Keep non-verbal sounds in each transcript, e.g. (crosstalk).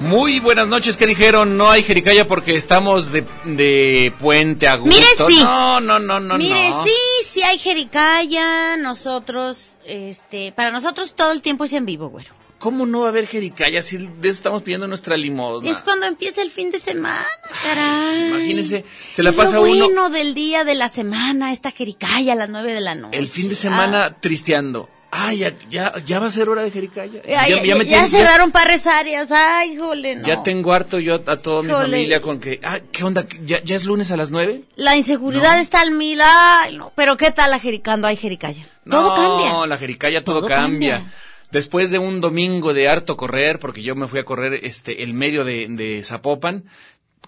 Muy buenas noches, que dijeron? No hay jericaya porque estamos de, de puente a gusto. Mire, sí. No, no, no, no, Mire, no. sí, sí hay Jericaya, nosotros, este, para nosotros todo el tiempo es en vivo, güero. ¿Cómo no va a haber jericaya si de eso estamos pidiendo nuestra limosna? Es cuando empieza el fin de semana, caray. Imagínese, se la Es pasa lo uno- bueno del día de la semana, esta Jericaya a las nueve de la noche. El fin de semana tristeando. Ah, ya, ya, ya va a ser hora de jericaya. Ah, ya, ya- me ya tiene- cerraron parres áreas, ay, jole, no. ya tengo harto yo a, a toda mi Híjole. familia con que, ah, ¿qué onda? ¿Ya, ya es lunes a las nueve? La inseguridad está al mil, ay, no. Pero ¿qué tal la Jericando? Hay Jericaya. todo no, cambia. la jericaya todo, Todo cambia. cambia. Después de un domingo de harto correr, porque yo me fui a correr este el medio de, de Zapopan,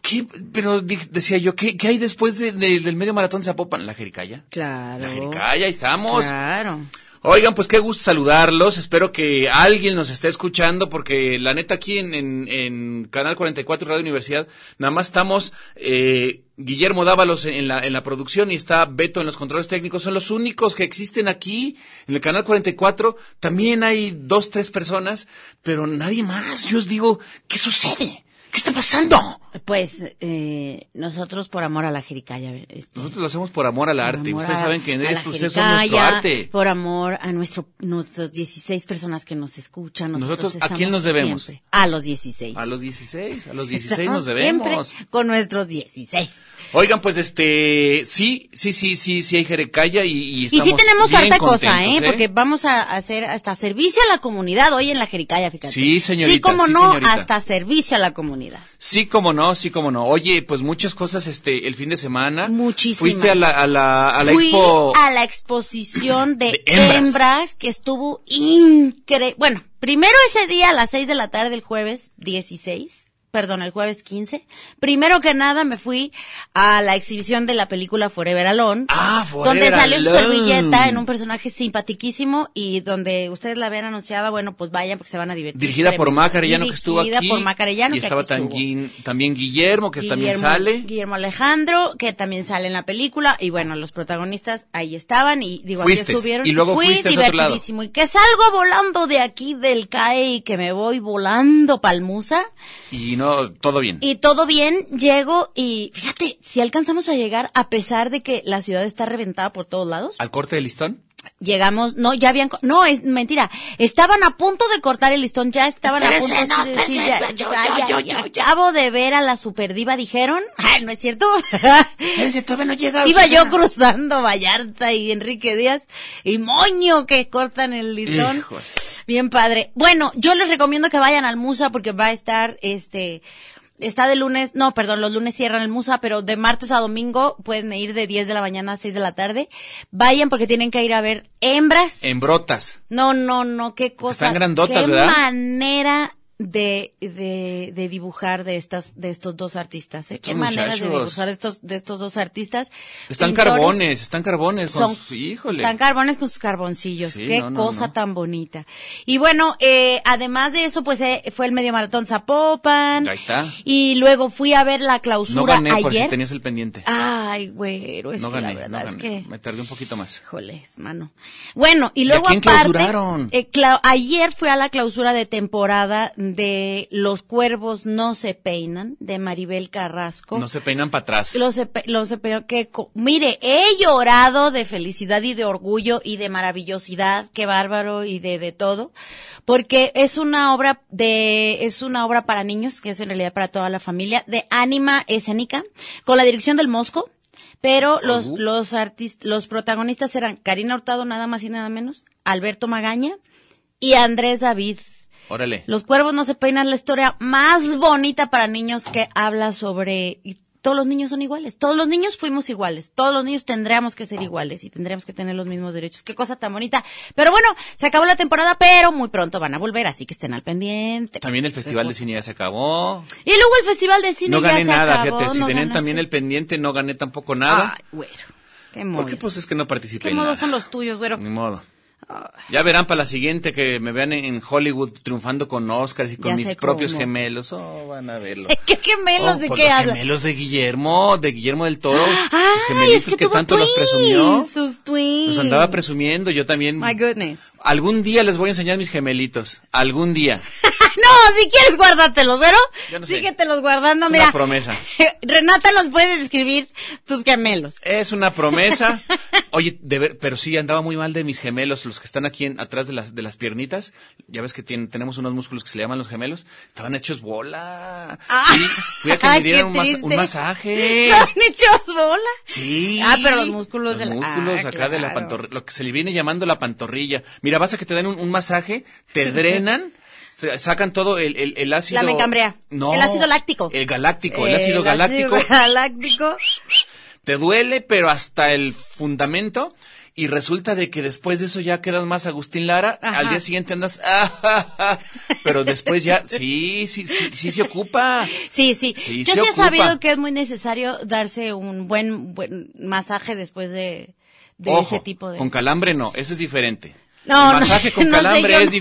¿qué, pero di- decía yo, ¿qué, qué hay después de- de- del medio maratón de Zapopan? La jericaya. Claro. La jericaya, ahí estamos. Claro. Oigan, pues qué gusto saludarlos. Espero que alguien nos esté escuchando porque la neta aquí en, en, en Canal 44 Radio Universidad nada más estamos eh, Guillermo Dávalos en la, en la producción y está Beto en los controles técnicos. Son los únicos que existen aquí en el Canal 44. También hay dos, tres personas, pero nadie más. Yo os digo, ¿qué sucede? ¿Qué está pasando? Pues eh, nosotros por amor a la jericaya. este, Nosotros lo hacemos por amor al por arte. amor Ustedes a- saben que a la esto- ustedes son nuestro jericaya, arte. Por amor a nuestro, nuestros 16 personas que nos escuchan. Nosotros, ¿a estamos quién nos debemos? siempre a los 16. A los 16, (laughs) a los 16 Estamos nos debemos. Siempre con nuestros 16. Oigan, pues este, sí, sí, sí, sí, sí hay Jerecaya y, y Y estamos sí tenemos bien harta cosa, ¿eh? contentos, Porque vamos a hacer hasta servicio a la comunidad hoy en la jericaya, fíjate. Sí, señorita, Sí, como sí, no, señorita. hasta servicio a la comunidad. Sí, como no, sí, como no. Oye, pues muchas cosas este el fin de semana. Muchísimas. Fuiste a la a la a la Fui expo a la exposición de, de hembras. hembras. que estuvo increíble. Bueno, primero ese día a las 6 de la tarde, el jueves 16, perdón, el jueves 15. Primero que nada me fui a la exhibición de la película Forever Alone. Ah, donde Forever salió su Alone. servilleta en un personaje simpatiquísimo y donde ustedes la habían anunciado, bueno, pues vayan porque se van a divertir. Dirigida por Tremendo. Macarellano, que estuvo aquí. Dirigida por Macarellano, Y que estaba aquí estuvo. también, también Guillermo, que también Guillermo- sale. Guillermo Alejandro, que también sale en la película, y bueno, los protagonistas ahí estaban, y digo, Fuiste, aquí estuvieron. y luego fui fuiste de otro lado. divertidísimo, y que salgo volando de aquí del CAE y que me voy volando palmusa, Y no, todo bien. y todo bien, llego, y fíjate, si alcanzamos a llegar, a pesar de que la ciudad está reventada por todos lados, ¿Al corte del listón? llegamos, no, ya habían, co- no, es mentira, estaban a punto de cortar el listón, ya estaban Espérese, a punto no, así de decir, espérese, ya- yo, ya- yo, ya- yo, ya yo, yo. acabo de ver a la superdiva, dijeron, (laughs) ah, no es cierto, Ese todavía no llega. Iba yo Susana. cruzando Vallarta y Enrique Díaz y moño que cortan el listón. Hijos. Bien padre. Bueno, yo les recomiendo que vayan al Musa porque va a estar este está de lunes, no, perdón, los lunes cierran el Musa, pero de martes a domingo pueden ir de 10 de la mañana a 6 de la tarde. Vayan porque tienen que ir a ver hembras. En brotas. No, no, no, qué cosa. Em- están grandotas, qué ¿verdad? manera de, de, de dibujar de estas, de estos dos artistas, ¿eh? Qué Estos manera de muchachos. dibujar estos, de estos dos artistas. Están Pintores carbones, están carbones. Son, son, híjole. Están carbones con sus carboncillos. Sí, Qué no, no, cosa no. tan bonita. Y bueno, eh, además de eso, pues eh, fue el medio maratón Zapopan. Ahí está. Y luego fui a ver la no clausura gané por si ayer. tenías el pendiente. Ay, güero, es no que gané, la no verdad es gané. que... Me tardé un poquito más. Híjoles, mano. Bueno, y luego a quién aparte, clausuraron? eh, clau- ayer fue a la clausura de temporada de Los cuervos no se peinan de Maribel Carrasco. No se peinan para atrás. Los, epe- los epe- que co- mire, he llorado de felicidad y de orgullo y de maravillosidad, qué bárbaro y de, de todo, porque es una obra de, es una obra para niños, que es en realidad para toda la familia, de ánima escénica, con la dirección del Mosco, pero los, Ujú. los artistas, los protagonistas eran Karina Hurtado nada más y nada menos, Alberto Magaña y Andrés David. Órale. Los cuervos no se peinan la historia más bonita para niños que habla sobre y todos los niños son iguales, todos los niños fuimos iguales, todos los niños tendríamos que ser iguales y tendríamos que tener los mismos derechos. Qué cosa tan bonita. Pero bueno, se acabó la temporada, pero muy pronto van a volver, así que estén al pendiente. También el festival de cine ya se acabó. Y luego el festival de cine no ya gané se nada, acabó, fíjate. Si no tenían ganaste. también el pendiente, no gané tampoco nada. Ay, güero. Qué modo. porque pues es que no participé Qué en modo nada. son los tuyos, güero. Ni modo. Ya verán para la siguiente que me vean en en Hollywood triunfando con Oscars y con Ya mis sé propios cómo. gemelos. Oh, van a verlo. ¿Qué gemelos Oh, de pues qué los hablas? Ah, gemelos de Guillermo, de Guillermo del Toro. Ay, los gemelitos es que, que tuvo tanto twins, los presumió. Sus twins. Los andaba presumiendo, yo también. My goodness. Algún día les voy a enseñar mis gemelitos. Algún día. (laughs) no, si quieres guárdatelos, ¿verdad? Yo no sé. Síguetelos guardando, Es mira. una promesa. (laughs) Renata nos puede describir tus gemelos. Es una promesa. Oye, de ver- pero sí, andaba muy mal de mis gemelos, los que están aquí en- atrás de las, de las piernitas. Ya ves que tienen- tenemos unos músculos que se le llaman los gemelos. Estaban hechos bola. Ah. Sí, fui a que Ay, me qué dieran un, mas- triste. un masaje. Son hechos bola. Sí. Ah, pero los músculos los de la- músculos Ah, acá de la claro. pantorrilla, lo que se le viene llamando la pantorrilla. Mira, vas a que te den un, un masaje, te (laughs) drenan, se- sacan todo el, el, el ácido. La mecambrea. No. El ácido láctico. El galáctico, el ácido galáctico. ácido galáctico. Te duele, pero hasta el fundamento. Y resulta de que después de eso ya quedas más Agustín Lara. Ajá. Al día siguiente andas. (laughs) ah, ja, ja. pero después ya. Sí, sí, sí, sí se ocupa. Sí, sí. Sí, se Yo sí he ocupa. sabido que es muy necesario darse un buen, buen masaje después de, de Ojo, ese tipo de. Con calambre no, eso es diferente. No, el masaje (laughs) no, con no sé, calambre yo es nunca he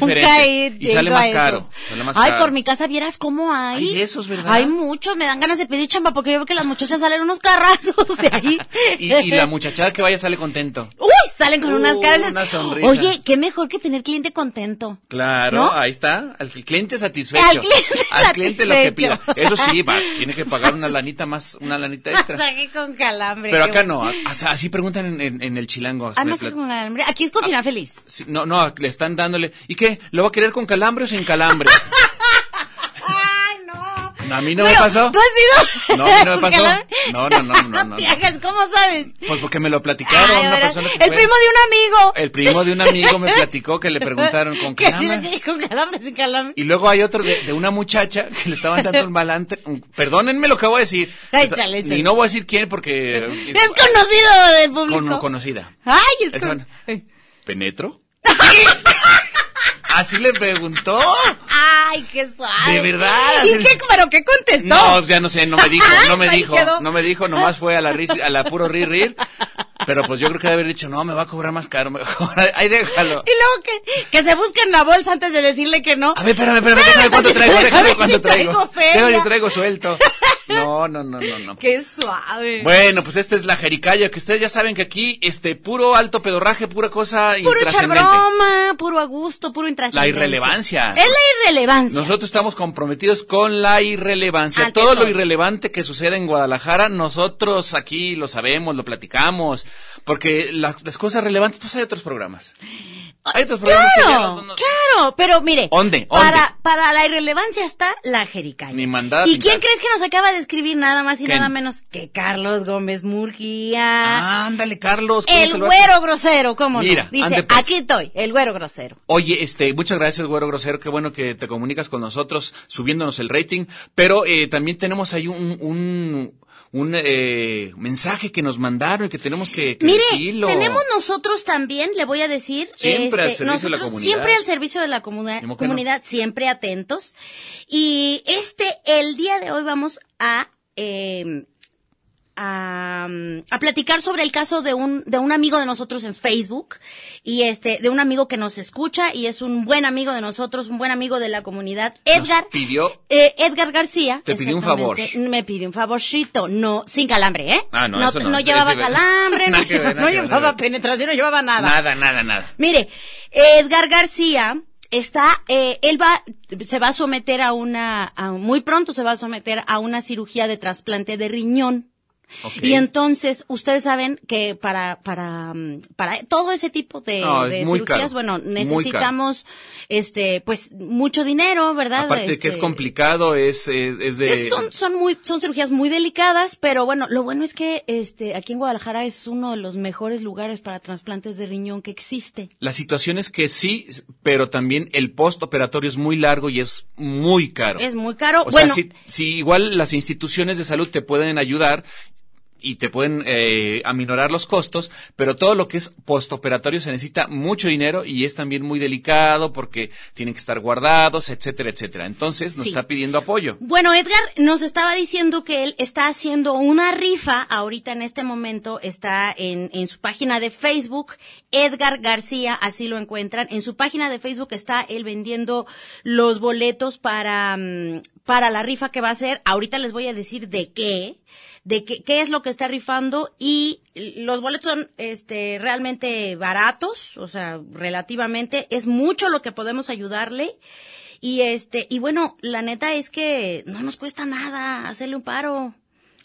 diferente. Y sale ido a más caro. esos. sale más Ay, caro. por mi casa vieras cómo hay. Hay de esos, ¿verdad? Hay muchos. Me dan ganas de pedir chamba porque yo veo que las muchachas salen unos carrazos de ahí. (laughs) Y, y (laughs) la muchachada que vaya sale contento. Uy, salen con unas Uh, caras. una sonrisa. Oye, qué mejor que tener cliente contento. Claro, ¿No? ahí está, al cliente satisfecho. Al cliente Al cliente lo que pida. satisfecho. Eso sí, va, tiene que pagar una lanita más, una (laughs) lanita (laughs) extra. Masaje con calambre. Pero qué acá bueno. no, a- o sea, así preguntan en, en- en el chilango. Ah, me Ah. masaje plat- con calambre. Aquí es con final feliz. Sí, no, no, le están dándole. ¿Y qué? ¿Lo va a querer con calambre o sin (laughs) calambre? Ay, no. A mí no me Bueno, pasó. ¿Tú has ido? No, a mí no me con pasó. calambre? No, no, no, (laughs) no, no. te hagas, ¿cómo sabes? Pues porque me lo platicaron Ay, una ahora, persona que el fue- primo de un amigo. El primo de un amigo me platicó (laughs) que le preguntaron con Que si calambre. me- con calambre, sin calambre. Y luego hay otro de, de una muchacha que le estaban dando un balantre. un- perdónenme lo que voy a decir. Ay, chale, Y chale. no voy a decir quién porque... (laughs) Es conocido del Con- público. conocida. Ay, es Es (laughs) con... bueno. ¿Penetro? Así le preguntó. Ay, qué suave. De verdad. ¿Y qué, pero qué contestó? No, pues ya no sé, no me dijo, no me Ahí dijo, quedó. no me dijo, nomás fue a la ris- a la puro rir rir. Pero pues yo creo que debe haber dicho, no, me va a cobrar más caro, mejor. (laughs) Ahí déjalo. Y luego que, que se busquen la bolsa antes de decirle que no. A ver, espérame, espérame, déjame ver Espérame, cuánto traigo, espérame, déjame ver si cuánto traigo. traigo feria. Déjame si traigo (laughs) suelto. No, no, no, no, no. Qué suave. Bueno, pues esta es la jericaya, que ustedes ya saben que aquí, este, puro alto pedorraje, pura cosa puro echar intrascendente. broma, puro a gusto, puro intrascendente. La irrelevancia. Es la irrelevancia. Nosotros estamos comprometidos con la irrelevancia. Ante todo lo todo. irrelevante que suceda en Guadalajara, nosotros aquí lo sabemos, lo platicamos, porque la- las cosas relevantes, pues hay otros programas. Hay otros programas que ya Claro, no- no- claro, pero mire, ¿Dónde? ¿Dónde? Para, para la irrelevancia está la jericaya. Ni mandada ¿Y pintar. quién crees que nos acaba de escribir nada más y ¿Quién? nada menos que Carlos Gómez Murguía? Ah, ándale, Carlos. ¿cómo se el lo hace? güero grosero, ¿cómo Mira, no? Dice, ande pues. aquí estoy, el güero grosero. Oye, este, muchas gracias, güero grosero. Qué bueno que te comunicas con nosotros, subiéndonos el rating. Pero eh, también tenemos ahí un, un, un, eh, mensaje que nos mandaron y que tenemos que, que Mire, decirlo. tenemos nosotros también, le voy a decir, este, Siempre al servicio de la nosotros comunidad. siempre al servicio de la comuna- ¿Cómo que no? comunidad, siempre atentos. Y este, el día de hoy vamos a, eh, a, mm, a platicar sobre el caso de un, de un amigo de nosotros en Facebook y este, de un amigo que nos escucha y es un buen amigo de nosotros, un buen amigo de la comunidad, Nos Edgar. pidió Eh, Edgar García. Te pidió un favor. exactamente, Me pidió un favorcito. No, sin calambre, ¿eh? Ah, no, eso no. llevaba Es diferente. calambre, (laughs) no, Nada que ver, nada no que ver, llevaba nada que ver. penetración, no llevaba nada. nada, nada, nada. Mire, Edgar García está, eh, él va, se va a someter a una, a- muy pronto se va a someter a una cirugía de trasplante de riñón. Ok. Y entonces, ustedes saben que para, para, mm, para todo ese tipo de, No, es de muy cirugías, caro, bueno, muy caro. necesitamos, este, pues, mucho dinero, ¿verdad? Aparte de que es Este, complicado, es, es, es de... es- son, son muy, son cirugías muy delicadas, pero bueno, lo bueno es que este, aquí en Guadalajara es uno de los mejores lugares para trasplantes de riñón que existe. La situación es que sí, pero también el postoperatorio es muy largo y es muy caro. Es muy caro. O bueno, sea, si, si igual las instituciones de salud te pueden ayudar y te pueden eh, aminorar los costos, pero todo lo que es postoperatorio se necesita mucho dinero y es también muy delicado porque tienen que estar guardados, etcétera, etcétera. Entonces nos Sí. está pidiendo apoyo. Bueno, Edgar nos estaba diciendo que él está haciendo una rifa ahorita en este momento, está en, en su página de Facebook, Edgar García, así lo encuentran. En su página de Facebook está él vendiendo los boletos para, mm, para la rifa que va a hacer. Ahorita les voy a decir de qué, de qué, qué es lo que está rifando y los boletos son este, realmente baratos, o sea, relativamente. Es mucho lo que podemos ayudarle. Y este, y bueno, la neta es que no nos cuesta nada hacerle un paro.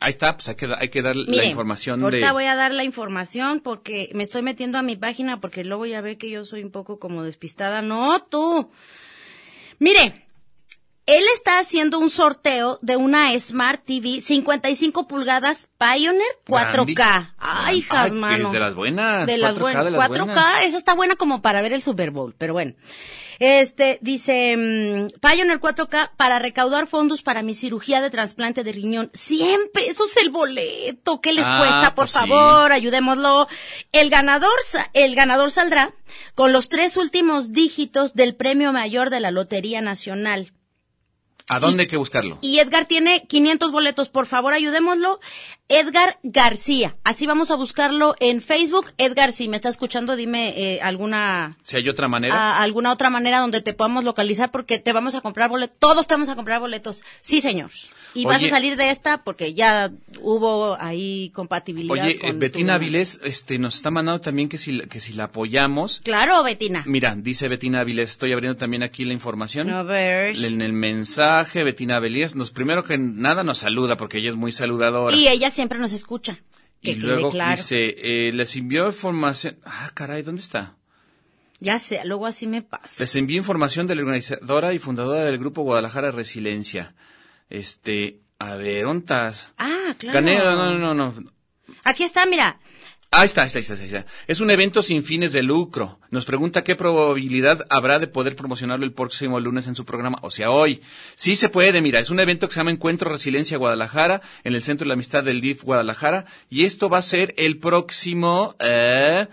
Ahí está, pues hay que, da- hay que dar la Miren, información ahorita de... voy a dar la información porque me estoy metiendo a mi página porque luego ya ve que yo soy un poco como despistada. No, tú. Mire, él está haciendo un sorteo de una Smart TV 55 pulgadas Pioneer 4K. Grande. Ay, Ay, hijas, que mano. De las buenas. De las 4K, buenas. Ah, de las 4K, buenas. esa está buena como para ver el Super Bowl, pero bueno. Este, dice, mm, Pioneer 4K para recaudar fondos para mi cirugía de trasplante de riñón. 100 pesos el boleto. ¿Qué les Ah, cuesta? Por pues sí. favor, ayudémoslo. El ganador, sa- el ganador saldrá con los tres últimos dígitos del premio mayor de la Lotería Nacional. ¿A dónde hay que buscarlo? Y Edgar tiene 500 boletos, por favor ayudémoslo. Edgar García, así vamos a buscarlo en Facebook. Edgar, si me está escuchando, dime eh, alguna Si hay otra manera. a- alguna otra manera donde te podamos localizar porque te vamos a comprar boletos. Todos te vamos a comprar boletos. Sí, señor. Y vas Oye. a salir de esta porque ya hubo ahí compatibilidad. Oye, eh, con Betina tu- Avilés este, nos está mandando también que si, la- que si la apoyamos. Claro, Betina. Mira, dice Betina Avilés, estoy abriendo también aquí la información. A ver. En el mensaje, Betina Avilés, nos, primero que nada nos saluda porque ella es muy saludadora. Y ella siempre nos escucha. Que Y quede luego claro. dice, eh, les envió información. Ah, caray, ¿dónde está? Ya sé, luego así me pasa. Les envío información de la organizadora y fundadora del grupo Guadalajara Resiliencia. Este, a ver, ¿ontas? Ah, claro. Gané, no, no, no, no. Aquí está, mira. Ahí está, ahí está, ahí está, ahí está. Es un evento sin fines de lucro. Nos pregunta qué probabilidad habrá de poder promocionarlo el próximo lunes en su programa, o sea, hoy. Sí se puede, mira, es un evento que se llama Encuentro Resiliencia Guadalajara, en el Centro de la Amistad del DIF Guadalajara, y esto va a ser el próximo eh,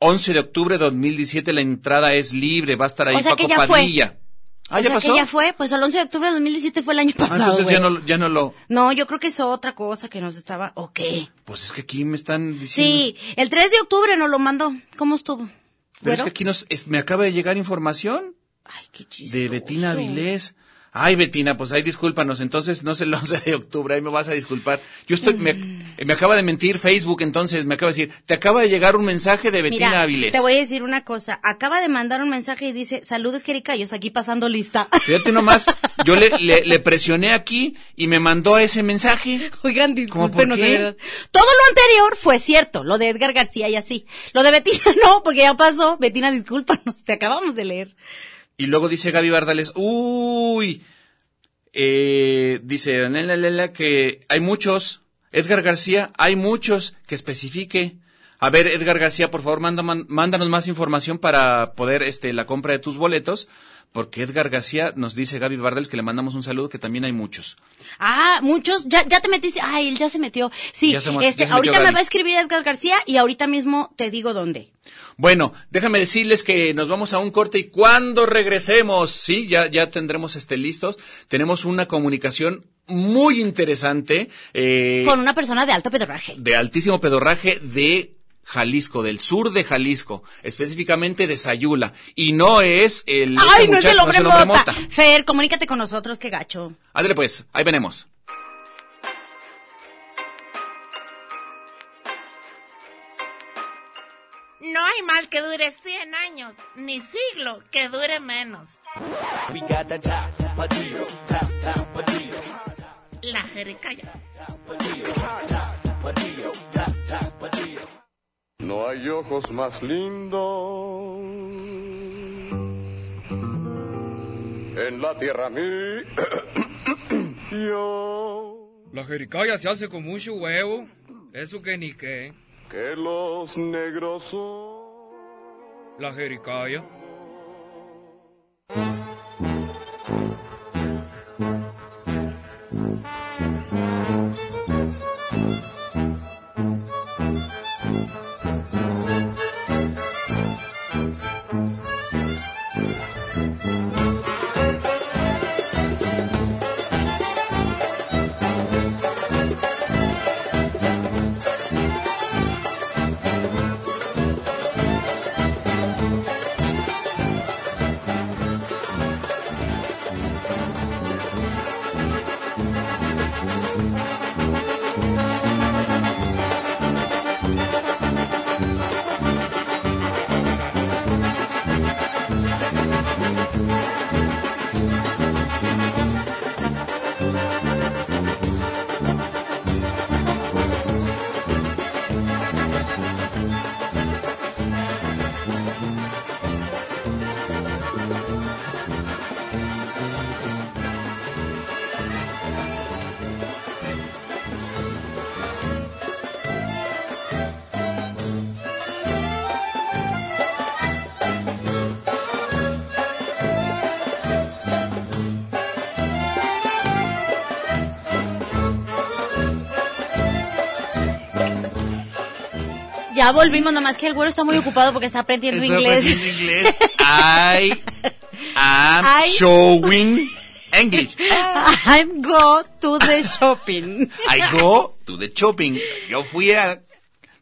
11 de octubre de 2017 la entrada es libre, va a estar ahí O sea Paco que ya fue. Padilla. Ah, o ya sea pasó. que ya fue, pues el 11 de octubre de 2017 fue el año Ah, pasado. entonces ya güey. no, lo- ya no lo. No, yo creo que es otra cosa que nos estaba. ¿O qué? Pues es que aquí me están diciendo. Sí, el 3 de octubre nos lo mandó. ¿Cómo estuvo? Pero es ¿Güero? que aquí nos, es- me acaba de llegar información Ay, qué chistoso. de Betina Avilés. Ay, Betina, pues ahí discúlpanos. Entonces no es el 11 de octubre, ahí me vas a disculpar. Yo estoy, me, Mm. me acaba de mentir Facebook, entonces me acaba de decir, te acaba de llegar un mensaje de Betina Mira, Avilés. te voy a decir una cosa. Acaba de mandar un mensaje y dice, saludos, quericayos, aquí pasando lista. (laughs) Fíjate nomás, yo le, le, le presioné aquí y me mandó ese mensaje. Oigan, ¿Cómo por discúlpenos, qué? de verdad. Todo lo anterior fue cierto, lo de Edgar García y así. Lo de Betina (laughs) no, porque ya pasó. Betina, discúlpanos, te acabamos de leer. Y luego dice Gaby Bardales, uy, eh, dice la, la, la, la, que hay muchos, Edgar García, hay muchos que especifique. A ver, Edgar García, por favor, manda- man- mándanos más información para poder este, la compra de tus boletos, porque Edgar García nos dice Gaby Bardales que le mandamos un saludo, que también hay muchos. Ah, muchos, ya, ya te metiste. Ay, él ya se metió. Sí, Ya se mo- este, ya se metió ahorita me Gaby. va a escribir Edgar García y ahorita mismo te digo dónde. Bueno, déjame decirles que nos vamos a un corte y cuando regresemos, sí, ya, ya tendremos este listos, tenemos una comunicación muy interesante. eh, Con una persona de alto pedorraje. de altísimo pedorraje de Jalisco, del sur de Jalisco, específicamente de Sayula. Y no es el. Ay, este no es el muchacho, hombre hombre mota. mota. Fer, comunícate con nosotros, qué gacho. Ándale, pues, ahí venemos. No hay mal que dure 100 años, ni siglo que dure menos. La jericaya. No hay ojos más lindos en la tierra mí. yo La jericaya se hace con mucho huevo. Eso que ni qué. (clears throat) que los negros son. La jericaya. Ya volvimos, nomás que el güero está muy ocupado porque está aprendiendo inglés. inglés. I am Ay. (laughs) showing English. I'm go to the shopping. I go to the shopping. Yo fui a.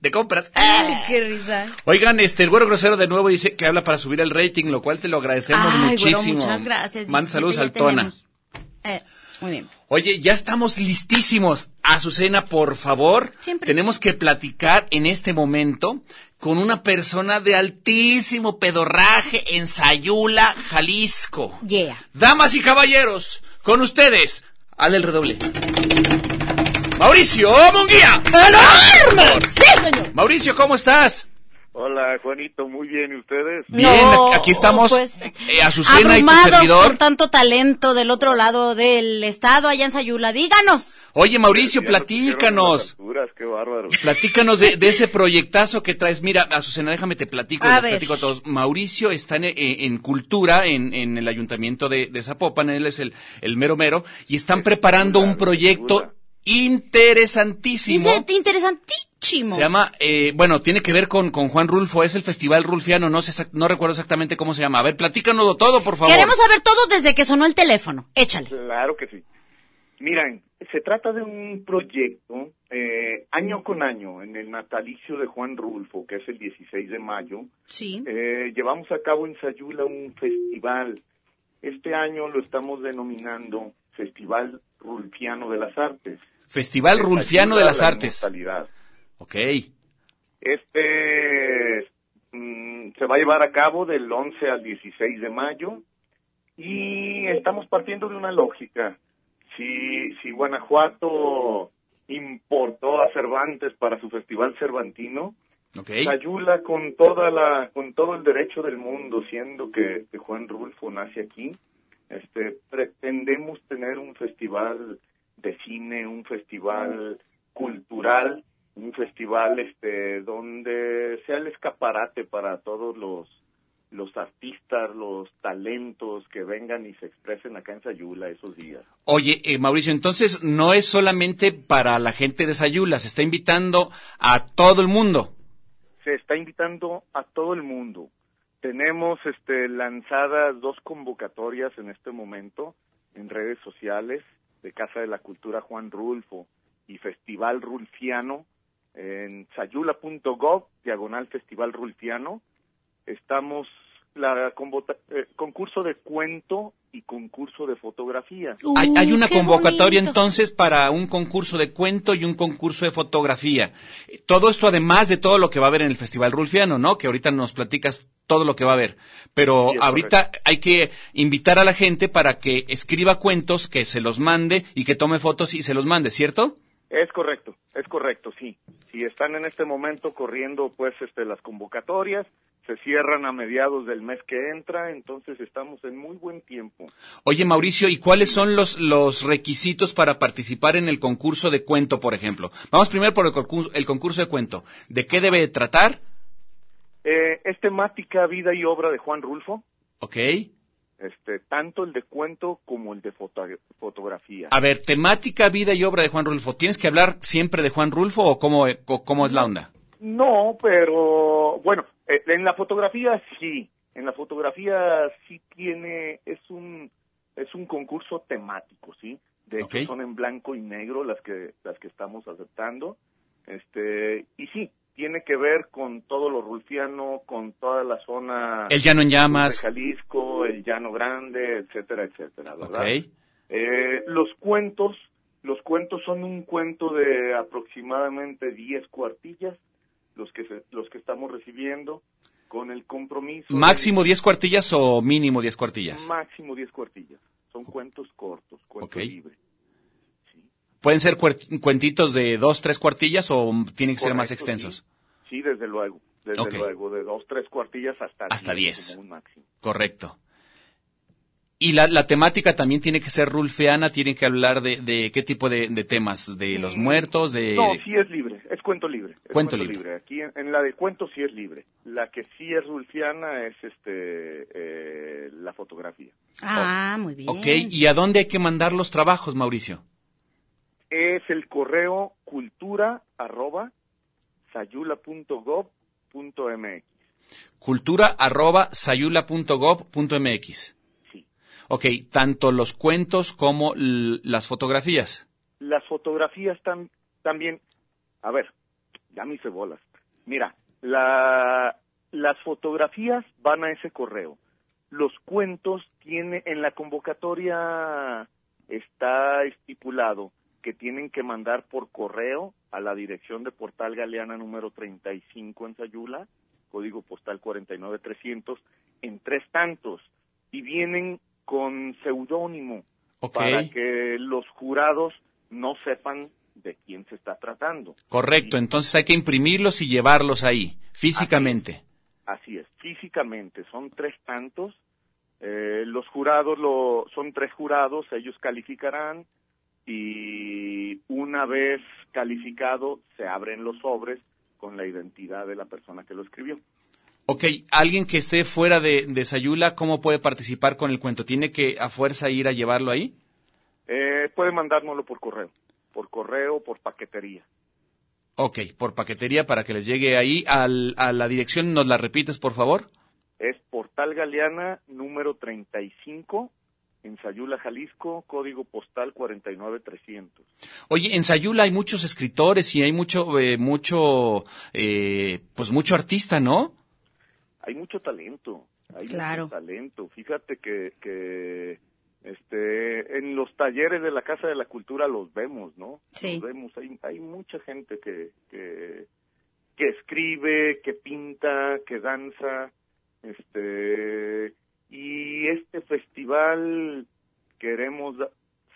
de compras. Ay, qué risa. Oigan, este, el güero grosero de nuevo dice que habla para subir el rating, lo cual te lo agradecemos Ay, güero, muchísimo. muchas gracias. Manda saludos al Diecisiete ya Tona. tenemos. Eh, muy bien. Oye, ya estamos listísimos. Azucena, por favor. Siempre. Tenemos que platicar en este momento con una persona de altísimo pedorraje en Sayula, Jalisco. Yeah. Damas y caballeros, con ustedes, al el redoble. Mauricio Munguía. ¡Sí, señor! Mauricio, ¿cómo estás? Hola, Juanito, muy bien, ¿y ustedes? Bien, No, aquí estamos. pues, eh, Azucena y tu abrumados servidor. por tanto talento del otro lado del estado, allá en Sayula. Díganos. Oye, Mauricio, Ya nos pusieron platícanos. unas alturas, qué bárbaro. Platícanos de, de ese proyectazo que traes. Mira, Azucena, déjame te platico, A les ver. platico a todos. Mauricio está en, en- en cultura, en, en el ayuntamiento de, de Zapopan, él es el, el mero mero, y están preparando un cultura, proyecto cultura. interesantísimo. Dice interesantísimo. buenísimo. Se llama, eh, bueno, tiene que ver con, con Juan Rulfo, es el Festival Rulfiano, no, sé, exact- no recuerdo exactamente cómo se llama. A ver, platícanos todo, por favor. Queremos saber todo desde que sonó el teléfono. Échale. Claro que sí. Miran, se trata de un proyecto eh, año con año en el natalicio de Juan Rulfo, que es el 16 de mayo. Sí. Eh, llevamos a cabo en Sayula un festival. Este año lo estamos denominando Festival Rulfiano de las Artes. Festival Rulfiano de Sayula, las la Artes. inmortalidad. Ok. Este mm, se va a llevar a cabo del 11 al 16 de mayo y estamos partiendo de una lógica. Si, si Guanajuato importó a Cervantes para su festival cervantino, Ok. Sayula con toda la con todo el derecho del mundo, siendo que, que Juan Rulfo nace aquí, este pretendemos tener un festival de cine, un festival cultural, un festival este donde sea el escaparate para todos los los artistas, los talentos que vengan y se expresen acá en Sayula esos días. Oye, eh, Mauricio, entonces no es solamente para la gente de Sayula, se está invitando a todo el mundo. se está invitando a todo el mundo. Tenemos este, lanzadas dos convocatorias en este momento en redes sociales de Casa de la Cultura Juan Rulfo y Festival Rulfiano en sayula.gov, diagonal Festival Rulfiano. Estamos la convota- eh, concurso de cuento y concurso de fotografía. hay, hay Uh, una qué convocatoria bonito. entonces para un concurso de cuento y un concurso de fotografía. Eh, Todo esto además de todo lo que va a haber en el Festival Rulfiano, ¿no? Que ahorita nos platicas todo lo que va a haber. Pero Sí, es ahorita hay que invitar a la gente para que escriba cuentos, que se los mande y que tome fotos y se los mande, ¿cierto? Es correcto, es correcto, sí. Si están en este momento corriendo pues este las convocatorias, se cierran a mediados del mes que entra, entonces estamos en muy buen tiempo. Oye, Mauricio, ¿y cuáles son los, los requisitos para participar en el concurso de cuento, por ejemplo? Vamos primero por el, concurso- el concurso de cuento. ¿De qué debe tratar? Eh, es temática vida y obra de Juan Rulfo, ¿Ok? este tanto el de cuento como el de foto- fotografía. A ver, temática, vida y obra de Juan Rulfo. ¿Tienes que hablar siempre de Juan Rulfo o cómo, o cómo es la onda? No, pero bueno, eh, en la fotografía sí, en la fotografía sí tiene es un es un concurso temático, sí. De hecho Ok. son en blanco y negro las que las que estamos aceptando, este y sí tiene que ver con todo lo rulfiano, con toda la zona El Llano en de Llamas. Jalisco, el Llano Grande, etcétera, etcétera, Ok. ¿verdad? Eh, los cuentos, los cuentos son un cuento de aproximadamente 10 cuartillas, los que se- los que estamos recibiendo con el compromiso de- ¿Máximo 10 cuartillas o mínimo 10 cuartillas? máximo 10 cuartillas. Son cuentos cortos, Ok. cuentos libres. Sí, ¿Pueden ser cuert- cuentitos de 2, 3 cuartillas o tienen que ser más Correcto, extensos? sí, desde luego, desde Ok. luego de dos, tres cuartillas hasta Hasta 10. como un máximo. Correcto. Y la, la temática también tiene que ser rulfeana, tiene que hablar de, de qué tipo de, de temas, de los muertos, de... No, sí es libre, es cuento libre. es Eh, Cuento libre. Aquí en, en la de cuento sí es libre. La que sí es rulfiana es este eh, la fotografía. Ah, muy bien. Ok, ¿y a dónde hay que mandar los trabajos, Mauricio? Es el correo cultura arroba sayula.gov.mx. cultura arroba sayula.gov.mx. Sí. Ok, tanto los cuentos como l- las fotografías. Las fotografías tam- también, a ver, ya me hice bolas. Mira, la, las fotografías van a ese correo. Los cuentos tiene en la convocatoria está estipulado que tienen que mandar por correo a la dirección de Portal Galeana número 35 en Sayula, código postal 49300, en tres tantos y vienen con seudónimo Ok, para que los jurados no sepan de quién se está tratando. correcto. Entonces hay que imprimirlos y llevarlos ahí, físicamente. Así es, físicamente son tres tantos. eh, los jurados lo, son tres jurados, ellos calificarán y una vez calificado se abren los sobres con la identidad de la persona que lo escribió. Ok, alguien que esté fuera de, de Sayula, ¿cómo puede participar con el cuento? ¿Tiene que a fuerza ir a llevarlo ahí? Eh, puede mandárnoslo por correo, por correo, por paquetería. Ok, por paquetería para que les llegue ahí. Al- a la dirección, ¿nos la repites, por favor? Es Portal Galeana número 35 en Sayula, Jalisco, código postal 49300. Oye, en Sayula hay muchos escritores y hay mucho, eh, mucho, eh, pues mucho artista, ¿no? Hay mucho talento, hay Claro. mucho talento. Fíjate que, que este, en los talleres de la Casa de la Cultura los vemos, ¿no? Sí. Los vemos, hay, hay mucha gente que, que, que escribe, que pinta, que danza, este, y este festival queremos da-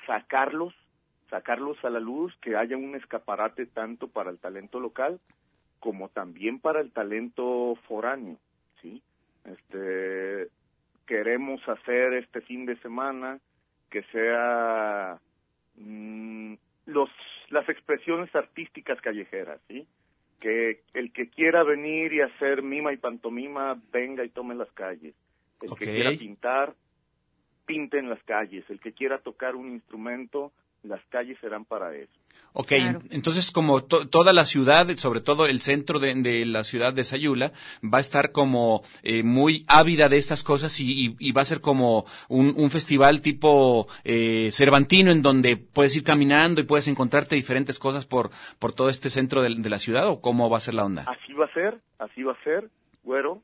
sacarlos, sacarlos a la luz, que haya un escaparate tanto para el talento local como también para el talento foráneo, ¿sí? Este, queremos hacer este fin de semana que sea mm, los las expresiones artísticas callejeras, ¿sí? Que el que quiera venir y hacer mima y pantomima venga y tome las calles. El Ok. que quiera pintar pinte en las calles. El que quiera tocar un instrumento, las calles serán para eso. Ok, Claro. en- entonces como to- toda la ciudad, sobre todo el centro de, de la ciudad de Sayula, va a estar como eh, muy ávida de estas cosas y, y- y va a ser como un, un festival tipo eh, Cervantino en donde puedes ir caminando y puedes encontrarte diferentes cosas por, por todo este centro de, de la ciudad o cómo va a ser la onda. Así va a ser, así va a ser, güero.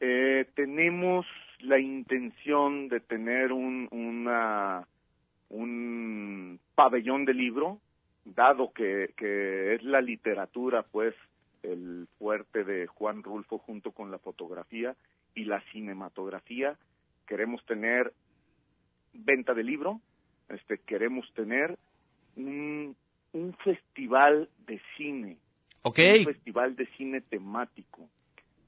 Eh, tenemos la intención de tener un, una, un pabellón de libro, dado que, que es la literatura, pues, el fuerte de Juan Rulfo junto con la fotografía y la cinematografía. Queremos tener venta de libro, este, queremos tener un, un festival de cine, Ok, un festival de cine temático.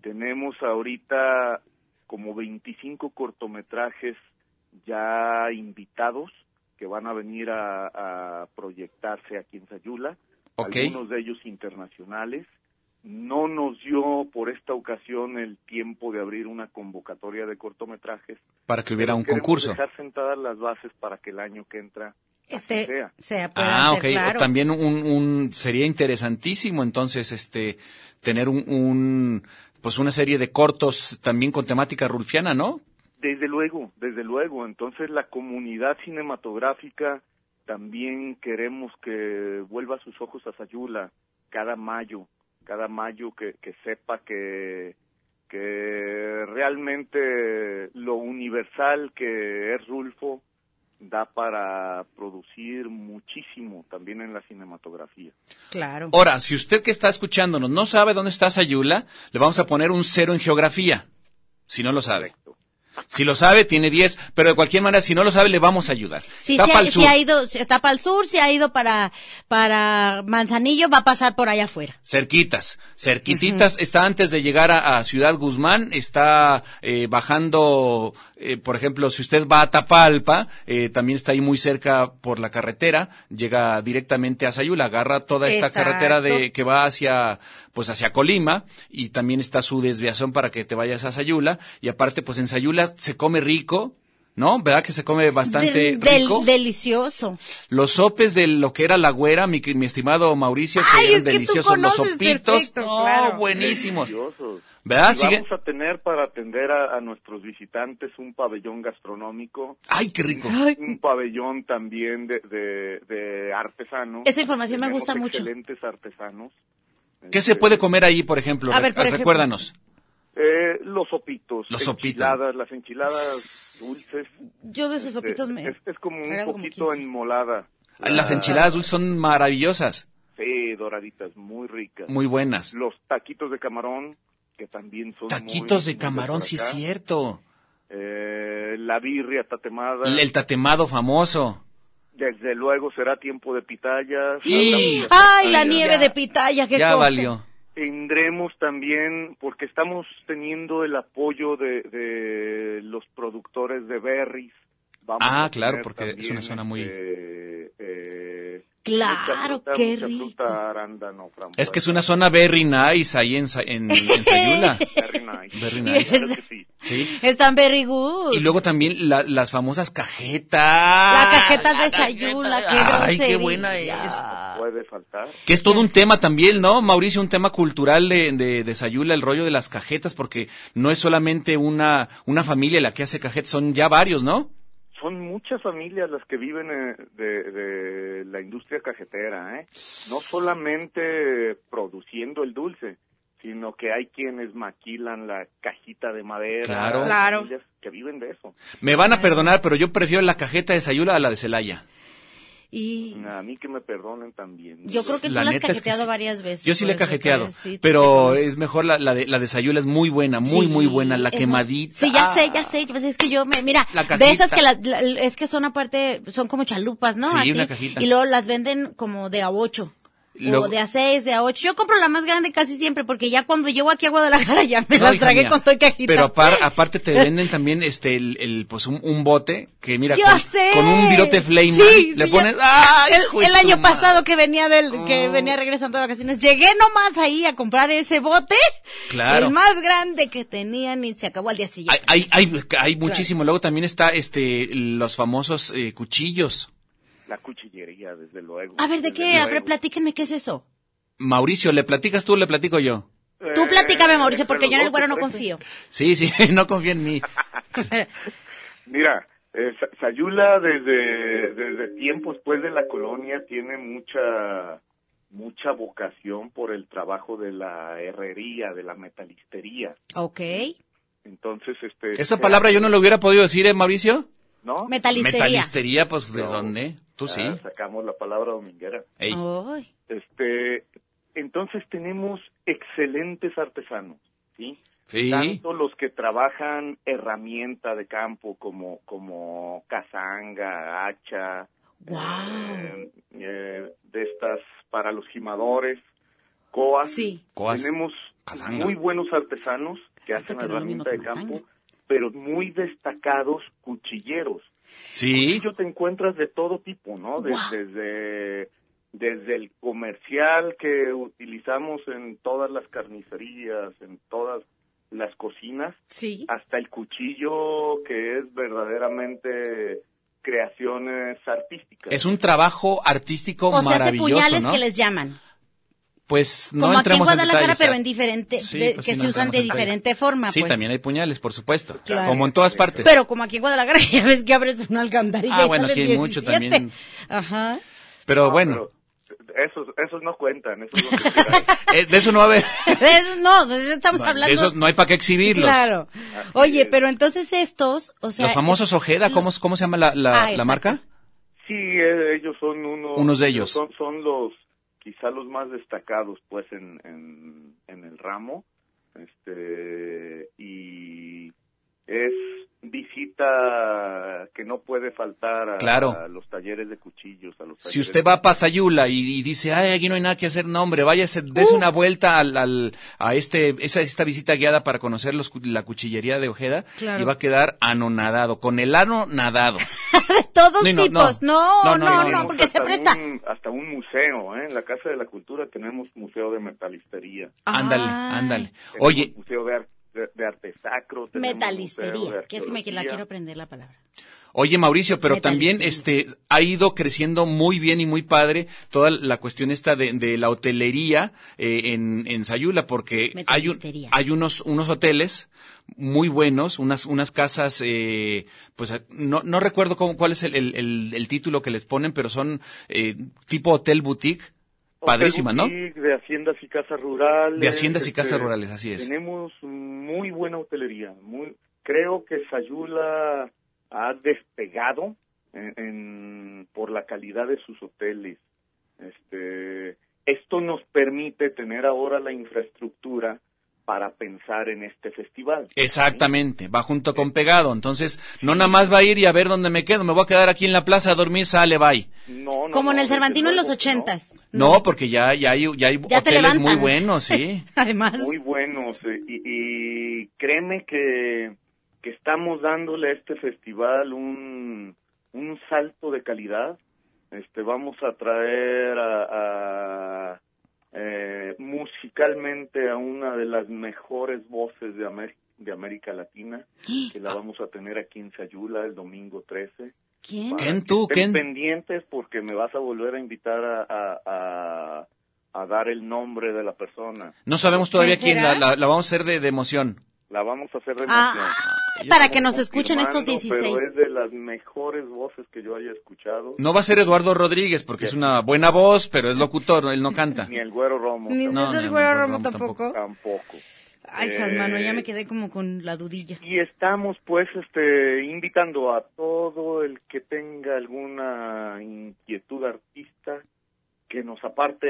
Tenemos ahorita como 25 cortometrajes ya invitados que van a venir a, a proyectarse aquí en Sayula. Ok. Algunos de ellos internacionales. No nos dio por esta ocasión el tiempo de abrir una convocatoria de cortometrajes. para que hubiera un Queremos concurso. dejar sentadas las bases para que el año que entra Este, sea. se pueda Ah, hacer, ok. O claro. También un, un- sería interesantísimo entonces este tener un, un, pues una serie de cortos también con temática rulfiana, ¿no? Desde luego, desde luego. Entonces la comunidad cinematográfica también queremos que vuelva sus ojos a Sayula cada mayo, cada mayo que, que sepa que, que realmente lo universal que es Rulfo da para producir muchísimo también en la cinematografía. Claro. Ahora, si usted que está escuchándonos no sabe dónde está Sayula, le vamos a poner un cero en geografía, si no lo sabe. Si lo sabe, tiene 10, pero de cualquier manera, si no lo sabe, le vamos a ayudar. Sí, Está sí, pa'l ha- sur. sí ha ido, sí está para el sur, si ha ido para, para Manzanillo, va a pasar por allá afuera. Cerquitas, cerquititas, está antes de llegar a, a Ciudad Guzmán, está eh, bajando, eh, por ejemplo, si usted va a Tapalpa, eh, también está ahí muy cerca por la carretera, llega directamente a Sayula, agarra toda esta Exacto. carretera de que va hacia, pues hacia Colima, y también está su desviación para que te vayas a Sayula, y aparte, pues en Sayula se come rico, ¿no? ¿Verdad que se come bastante Del- del- rico? delicioso. Los sopes de lo que era la güera, mi, mi estimado Mauricio, que Ay, eran es que tú deliciosos. Los conoces sopitos, perfecto, no, claro. buenísimos. Deliciosos. ¿Verdad? Y Ah, Sigue- Vamos a tener para atender a, a nuestros visitantes un pabellón gastronómico, Ay, qué rico. un pabellón también de, de, de artesanos. Esa información me gusta mucho. Excelentes artesanos. ¿Qué se puede comer ahí, por ejemplo? A ver, Re- por ejemplo. Recuérdanos. Eh, los sopitos, Los sopitos. enchiladas, las enchiladas dulces. Este, Yo de esos sopitos me... Este, Es, es como un traigo como poquito 15. enmolada. Ay, Las enchiladas dulces son maravillosas, Sí, doraditas, muy ricas. muy buenas. Los taquitos de camarón, que también son muy- Taquitos muy de camarón, por sí es acá. cierto. Eh, la birria tatemada. El tatemado famoso. Desde luego será tiempo de pitayas. Y- Ay, la Ay, nieve ya. de pitaya, qué Ya cosa. valió. Tendremos también, porque estamos teniendo el apoyo de, de los productores de berries. Vamos Ah, a claro, tener porque es una zona muy- este, eh, Claro, mucha fruta, qué mucha rico. fruta, arándano, Es que es (laughs) frambuesa. una zona very nice ahí en, Sa- en, en Sayula. Berry nice. Berry nice. (laughs) Claro que sí. Sí. Están very good. Y luego también la- las famosas cajetas. la La cajeta de desayuna, qué Ay, qué grosería. buena eh. es. Ah. Puede faltar. Que es todo un tema también, ¿no, Mauricio? Un tema cultural de, de, de Sayula, el rollo de las cajetas, porque no es solamente una, una familia la que hace cajetas, son ya varios, ¿no? Son muchas familias las que viven eh, de, de la industria cajetera, ¿eh? No solamente produciendo el dulce, sino que hay quienes maquilan la cajita de madera. Claro. Hay Claro. familias Que viven de eso. Me van a perdonar, pero yo prefiero la cajeta de Sayula a la de Celaya. Y A mí que me perdonen también. yo creo que La tú la has neta es que cajeteado sí. varias veces. Yo sí le he por eso que- cajeteado, sí, pero te es mejor la, la de, la de Sayula, es muy buena, muy, Sí, muy buena, la es bu- quemadita. Ah. Sí, ya sé, ya sé, pues es que yo me, mira, La cajita. de esas que la- la- es que son aparte, son como chalupas, ¿no? Sí, Así, una cajita. Y luego las venden como de a ocho. Luego- O de a seis, de a ocho. Yo compro la más grande casi siempre, porque ya cuando llego aquí a Guadalajara (laughs) ya me No, las hija tragué mía. con todo y cajita. Pero apar- aparte (laughs) te venden también este el, el, pues un, un bote que mira Yo con, sé. con un virote flame Sí, le sí, pones ya- ¡Ay, el, hijo el de su año madre! Oh. pasado que venía del que venía regresando de vacaciones, llegué nomás ahí a comprar ese bote, Claro. el más grande que tenían y se acabó al día Hay, siguiente. hay, hay, hay muchísimo. Luego también está este los famosos eh, cuchillos. La cuchillería, desde luego. a ver, ¿de Desde qué? A luego. ver, platíquenme, ¿qué es eso? Mauricio, ¿le platicas tú o le platico yo? Tú Eh, platícame, Mauricio, porque entre yo en el los güero dos, no ¿te parece? confío. Sí, (laughs) sí, no confía en mí. Mira, eh, Sa- Sayula desde, desde tiempos pues de la colonia tiene mucha mucha vocación por el trabajo de la herrería, de la metalistería. Ok. Entonces, este... Esa palabra yo no la hubiera podido decir, ¿eh, Mauricio? ¿No? Metalistería. Metalistería, pues, ¿de dónde? Tú sí. Ah, sacamos la palabra dominguera. Ey. Ay. Este, entonces tenemos excelentes artesanos, ¿sí? Sí. Tanto los que trabajan herramienta de campo como, como cazanga, hacha, Wow. eh, eh, de estas para los gimadores, coas. Sí. Coas. Tenemos Casanga. muy buenos artesanos que hacen que lo mismo herramienta que de campo, pero muy destacados cuchilleros. Sí. Cuchillo te encuentras de todo tipo, ¿no? De- Guau. Desde desde el comercial que utilizamos en todas las carnicerías, en todas las cocinas, Sí. hasta el cuchillo que es verdaderamente creaciones artísticas. Es un trabajo artístico O sea, hace maravilloso, puñales ¿no? que les llaman. Pues no Como aquí en entremos en Guadalajara, detalles, pero ¿eh? en diferente, Sí, de- pues que sí, se no usan entramos de en detalles. diferente forma, Sí, pues. también hay puñales, por supuesto. Claro. Como en todas partes. Pero como aquí en Guadalajara (laughs) ya ves que abres una alcantarilla Pues Ah, y bueno, salen aquí hay mucho 17. también. (laughs) Ajá. Pero No, bueno, Ah, pero Esos, esos no cuentan, (laughs) esos no se quedan. eh, de eso no va a haber. (laughs) Eso no, de eso estamos hablando. De esos no hay para qué exhibirlos. Claro. Así Oye, es. pero entonces estos, o sea, Los (laughs) famosos Ojeda, ¿cómo, cómo se llama la, la- Ah, la exacto. marca? Sí, eh, ellos son uno, Unos de ellos. Son, son los, quizá los más destacados, pues, en, en, en el ramo. Este, y es visita que no puede faltar a, Claro. a los talleres de cuchillos. A los Si talleres usted de- va a Pasayula y, y dice, ay, aquí no hay nada que hacer, no, hombre, váyase, Uh. dése una vuelta al, al- a este, esa, esta visita guiada para conocer los cu- la cuchillería de Ojeda Claro. y va a quedar anonadado, con el ano nadado. de todos No, no, tipos. No, no, no, no, Tenemos porque se hasta presta. Un, hasta un museo, ¿eh? En la Casa de la Cultura tenemos museo de metalistería. Ah. ándale, Ay. ándale. Tenemos Oye, Museo de, ar- de, de arte sacro. tenemos museo Metalistería, de que es que me que la arqueología. quiero aprender la palabra. Oye, Mauricio, pero Metal. también este ha ido creciendo muy bien y muy padre toda la cuestión esta de, de la hotelería eh, en, en Sayula, porque hay, un- Metalistería. hay unos, unos hoteles muy buenos, unas, unas casas, eh, pues no, no recuerdo cómo, cuál es el, el- el- el título que les ponen, pero son eh, tipo hotel boutique, padrísimas, ¿no? Hotel boutique, De haciendas y casas rurales. este, De haciendas y casas rurales, así es. Tenemos muy buena hotelería. Muy, creo que Sayula ha despegado en- en- por la calidad de sus hoteles. Este, esto nos permite tener ahora la infraestructura para pensar en este festival. Exactamente, va junto con pegado, entonces no nada más va a ir y a ver dónde me quedo, me voy a quedar aquí en la plaza a dormir, sale, bye. No, no, Como en no, el Cervantino en desde los luego que no. ochentas. No, porque ya, ya hay, ya hay Ya te hoteles muy levantan. buenos, sí. (laughs) Además, Muy buenos. eh, Y, y créeme que, que estamos dándole a este festival un, un salto de calidad. Este, vamos a traer a, a, eh, musicalmente a una de las mejores voces de, Amé- de América Latina, que la vamos a tener aquí en Sayula el domingo 13. ¿Quién? Para Ken, que tú, Ken. estén pendientes porque me vas a volver a invitar a, a- a- a dar el nombre de la persona. No sabemos todavía ¿Quién quién, será? la, la- la vamos a hacer de, de emoción. La vamos a hacer de Ah, emoción. ay, para que nos Estamos escuchen estos confirmando, 16. Pero es de las mejores voces que yo haya escuchado. No va a ser Eduardo Rodríguez porque es una buena voz, pero es locutor, él no canta. Ni el güero Romo. Ni tam- No, es el no, no, güero Romo Romo tampoco. tampoco. Tampoco. Ay, Eh, Jasmano, ya me quedé como con la dudilla. Y estamos pues este invitando a todo el que tenga alguna inquietud artista que nos aparte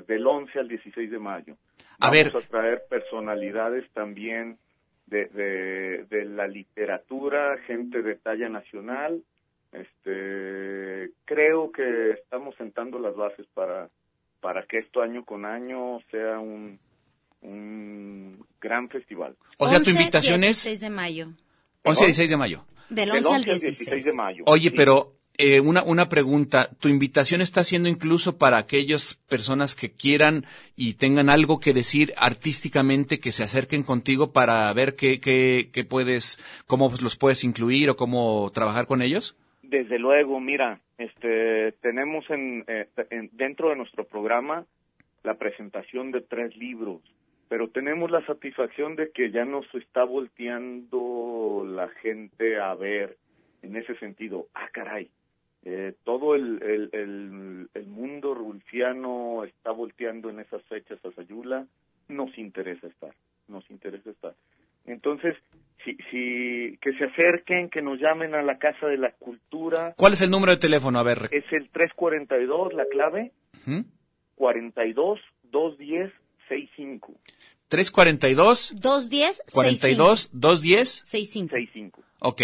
del 11 al 16 de mayo. A Vamos ver. a traer personalidades también de, de, de la literatura, gente de talla nacional. Este, creo que estamos sentando las bases para, para que esto año con año sea un, un gran festival. O sea, tu 11, invitación es 16 de mayo. 11 y 16 de mayo. Del Del 11 al 16 de mayo. Oye, Sí. pero eh, una, una pregunta. ¿Tu invitación está siendo incluso para aquellas personas que quieran y tengan algo que decir artísticamente que se acerquen contigo para ver qué, qué, qué puedes, cómo los puedes incluir o cómo trabajar con ellos? Desde luego, mira, este, tenemos en, eh, en- dentro de nuestro programa la presentación de tres libros, pero tenemos la satisfacción de que ya nos está volteando la gente a ver en ese sentido. Ah, caray, eh, todo el, el- el- el mundo rulfiano está volteando en esas fechas a Sayula. Nos interesa estar, nos interesa estar. Entonces, si, si, que se acerquen, que nos llamen a la Casa de la Cultura. ¿Cuál es el número de teléfono? A ver. rec- Es el 342, la clave, ¿hmm? 42 210 65 342 210 42 210 65. 65. Ok.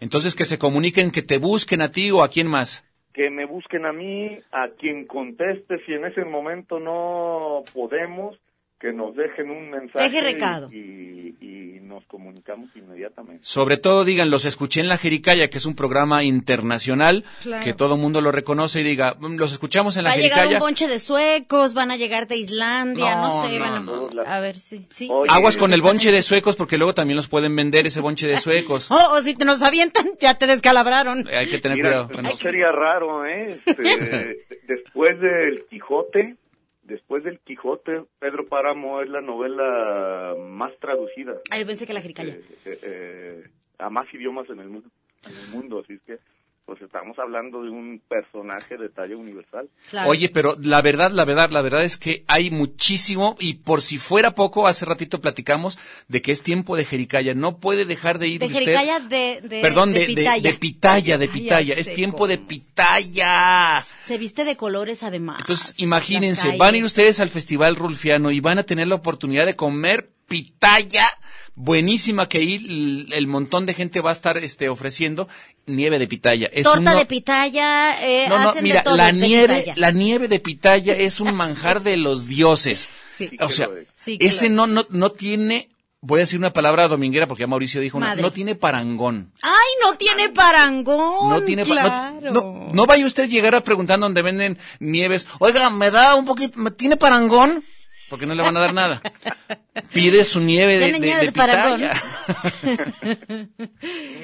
Entonces que se comuniquen, que te busquen a ti o a quién más. Que me busquen a mí, a quien conteste, si en ese momento no podemos, que nos dejen un mensaje. Deje recado. Y, y nos comunicamos inmediatamente. Sobre todo digan, los escuché en La Jericaya, que es un programa internacional, Claro. que todo mundo lo reconoce y diga, "Mm, los escuchamos en La Va a llegar un Jericaya. bonche de suecos, van a llegar de Islandia, no, No, sé, no, van a... no, ah, no. a ver si... Sí. Oye, Aguas con el bonche de suecos, porque luego también los pueden vender ese bonche de (laughs) suecos. Oh, o si te nos avientan, ya te descalabraron. Hay que tener Mira, pues, cuidado. no Bueno, sería raro, ¿eh? (laughs) Este, después del Quijote, después del Quijote, Pedro Páramo es la novela más traducida. Ay, pensé que la jericaya. eh, eh, eh, a más idiomas en el mundo, en el mundo, así es que pues estamos hablando de un personaje de talla universal. Claro. Oye, pero la verdad, la verdad, la verdad es que hay muchísimo y por si fuera poco, hace ratito platicamos de que es tiempo de Jericaya. No puede dejar de ir de usted. jericaya de, de... Perdón, de de, de- de pitaya. pitaya. de pitaya, Ay, ya Es sé tiempo cómo. de pitaya. Se viste de colores además. Entonces, Las imagínense, calles. van a ir ustedes al Festival Rulfiano y van a tener la oportunidad de comer pitaya buenísima que ahí el, el montón de gente va a estar este ofreciendo nieve de pitaya. Es Torta uno- de pitaya, eh, No, no, hacen de mira, todo. la de nieve, pitaya. la nieve de pitaya es un manjar de los dioses. Sí. O sea, Sí, claro. ese no, no, no tiene, voy a decir una palabra dominguera porque ya Mauricio dijo una, Madre. no tiene parangón. Ay, no tiene parangón. No tiene pa- no- claro. no, no vaya usted a llegar a preguntar donde venden nieves. Oiga, me da un poquito, ¿me tiene parangón? Porque no le van a dar (laughs) nada. Pide su nieve de, Tiene de, nieve de de parangón. pitaya. (laughs) Un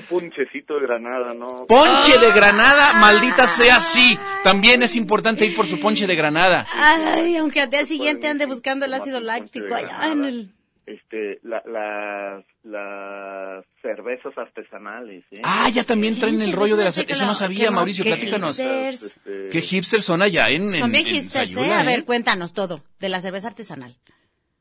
punchecito de granada, ¿no? Ponche de granada, maldita sea, sí. También es importante ir por su ponche de granada. Ay, aunque al día siguiente Pues, Pueden ande ir buscando el tomar ácido un ponche de láctico. allá granada. en el- Este, la- las, las cervezas artesanales, ¿eh? Ah, ya también traen el Sí, rollo de la... fíjate que Eso no la- que sabía, no, Mauricio, que platícanos. hipsters. Este, ¿Qué hipsters son allá en, en, Son bien en hipsters, ¿eh? Sayula, A eh? ver, cuéntanos todo de la cerveza artesanal.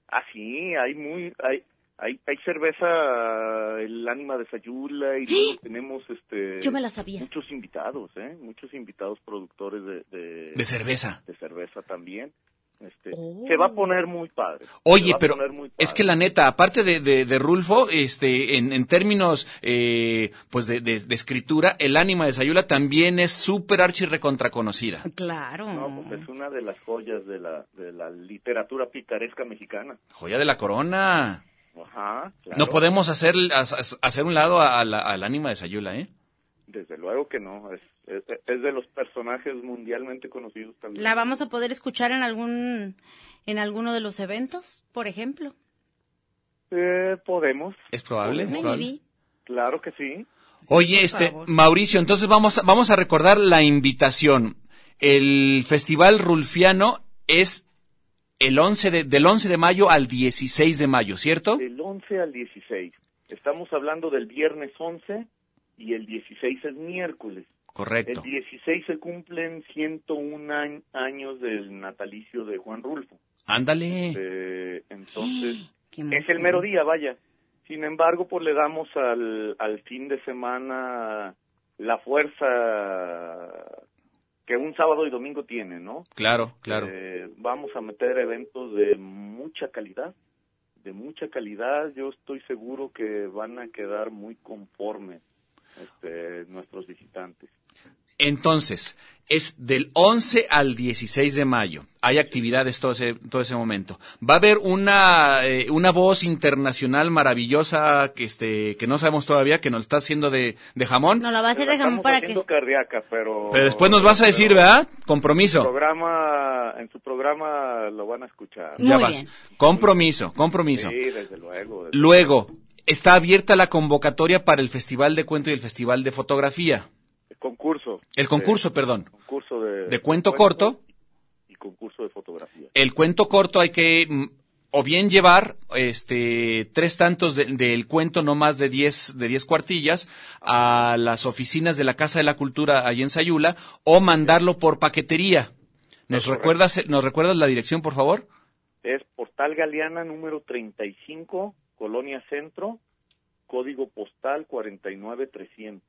Ah, sí, hay muy, hay, hay, hay cerveza, el ánima de Sayula y luego tenemos este. Yo me la sabía. Muchos invitados, ¿eh? Muchos invitados productores de, de, De cerveza. de cerveza también. Este, Oh. Se va a poner muy padre. Se Oye, va a pero poner muy es padre. que la neta, aparte de, de, de Rulfo, este, en, en términos eh, pues de, de- de escritura, el ánima de Sayula también es súper archi recontra conocida. Claro. No, pues es una de las joyas de la, de la literatura picaresca mexicana. Joya de la corona. Ajá. claro. No podemos hacer, as- hacer un lado a- a la- al ánima de Sayula, ¿eh? Desde luego que no. Es, es, es de los personajes mundialmente conocidos también. ¿La vamos a poder escuchar en algún en alguno de los eventos, por ejemplo? Eh, podemos, ¿Es probable? ¿Es Maybe. probable? claro que sí. Oye, este, Mauricio, entonces vamos a, vamos a recordar la invitación. El Festival Rulfiano es el 11 de, del 11 de mayo al 16 de mayo, ¿cierto? Del 11 al 16. Estamos hablando del viernes 11 y el 16 es miércoles. El Correcto. 16 se cumplen 101 añ- años del natalicio de Juan Rulfo. Ándale. Eh, entonces, (gasps) Qué es el emoción. mero día, vaya. Sin embargo, pues le damos al, al fin de semana la fuerza que un sábado y domingo tiene, ¿no? Claro, claro. Eh, vamos a meter eventos de mucha calidad, de mucha calidad. Yo estoy seguro que van a quedar muy conformes este, nuestros visitantes. Entonces, es del 11 al 16 de mayo. Hay actividades todo ese, todo ese momento. Va a haber una, eh, una voz internacional maravillosa que, este, que no sabemos todavía, que nos está haciendo de, de jamón. No la va a hacer La de jamón estamos Ah, para que. haciendo cardíaca, pero... Pero después nos vas a decir, pero ¿verdad? en su Compromiso. programa, en su programa lo van a escuchar. Muy Ya bien. vas. Compromiso, compromiso. Sí, desde luego. desde- Luego, está abierta la convocatoria para el Festival de Cuento y el Festival de Fotografía. el concurso. El concurso, De- perdón. concurso de, de cuento corto. Y concurso de fotografía. El cuento corto hay que mm, o bien llevar este tres tantos de- del cuento no más de 10 de 10 cuartillas a las oficinas de la Casa de la Cultura allí en Sayula o mandarlo por paquetería. ¿Nos Es correcto. recuerdas eh, nos recuerdas la dirección, por favor? Es Portal Galeana número 35, Colonia Centro, código postal 49300.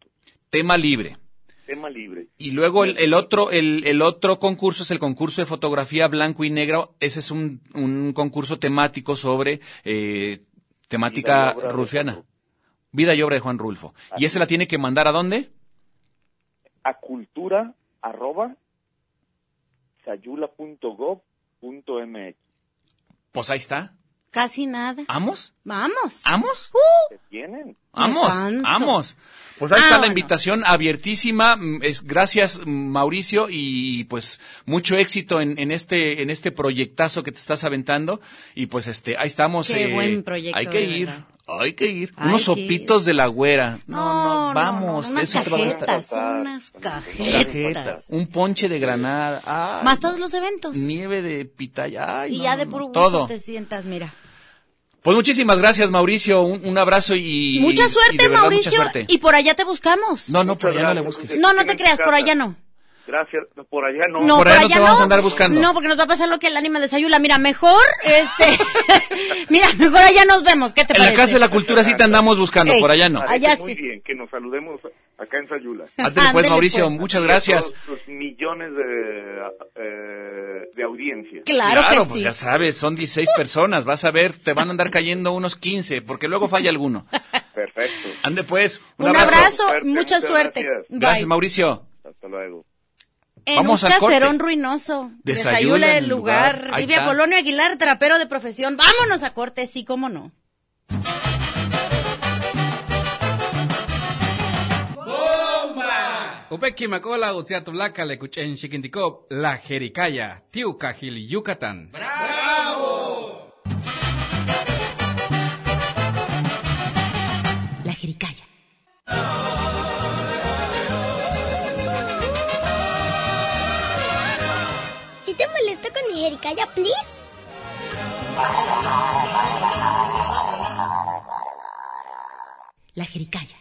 Tema libre. Tema libre. Y luego el, el otro, el, el otro concurso es el concurso de fotografía blanco y negro. Ese es un, un concurso temático sobre eh, temática Vida y obra de rufiana. Juan Rulfo. Vida y obra de Juan Rulfo. ¿Y ese la tiene que mandar a dónde? A cultura arroba sayula.gov.mx. Pues ahí está. Casi nada. ¿Amos? Vamos. ¿Amos? ¿Se tienen? ¡Vamos! Alcanzo. ¡Vamos! Pues ahí está la Vámonos. invitación abiertísima. Mm, es- Gracias, mm, Mauricio, y, y, pues mucho éxito en, en este en este proyectazo que te estás aventando. Y pues este ahí estamos. eh, Qué buen proyecto, Hay que de ir. verdad. Hay que ir. Hay Unos que ir. sopitos de la güera. No, no, No, no, vamos. no, unas eso te va a gustar. cajetas, gustar. unas Cajeta, cajetas. Un ponche de granada. ay, Más todos los eventos. Nieve de pitaya. ay, y no, ya no, de no, puro gusto Todo. te sientas, mira. Pues muchísimas gracias, Mauricio. Un, un abrazo y. y mucha de suerte, verdad, mucha Mauricio. suerte. Y por allá te buscamos. No, no, Muchas por allá no le gracias. busques. no, no te creas, por allá no. Gracias. No, Por allá no. No, por allá no te vamos a andar buscando. No, porque nos va a pasar lo que el ánima de Sayula. Mira, mejor, este. (laughs) mira, mejor allá nos vemos. ¿Qué te En la parece? Casa de la Cultura sí te andamos buscando, Ey. por allá no. Parece allá muy sí. bien, que nos saludemos acá en Sayula. Ándale, pues, Ándale, Mauricio, pues. muchas gracias. Todos tus millones de, eh, de audiencia. Claro, que pues sí. ya sabes, son 16 personas, vas a ver, te van a andar cayendo unos 15, porque luego falla alguno. Perfecto. Ande pues, un, Un abrazo. abrazo, Suerte, mucha muchas suerte. gracias. Bye. Gracias, Mauricio. Hasta luego. En Vamos un al corte. caserón ruinoso. Desayula Desayula en el lugar. lugar. Ahí Livia está. Polonio Aguilar, trapero de profesión. Vámonos a corte, sí, cómo no. Upeki makola utziatulaka lekuchen shikintikop la jericaya tiukajil Yucatán. La Jericaya. Si te molesta con mi jericaya, please. La Jericaya.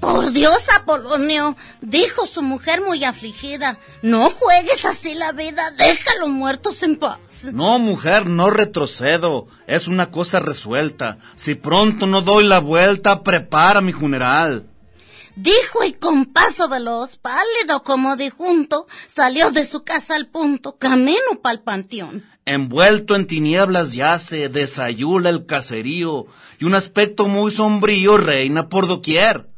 Por Dios, Apolonio, dijo su mujer muy afligida. No juegues así la vida, deja a los muertos en paz. No, mujer, no retrocedo. Es una cosa resuelta. Si pronto no doy la vuelta, prepara mi funeral. Dijo y con paso veloz, pálido como dijunto, salió de su casa al punto, camino pa'l panteón. Envuelto en tinieblas yace, desayula el caserío, y un aspecto muy sombrío reina por doquier.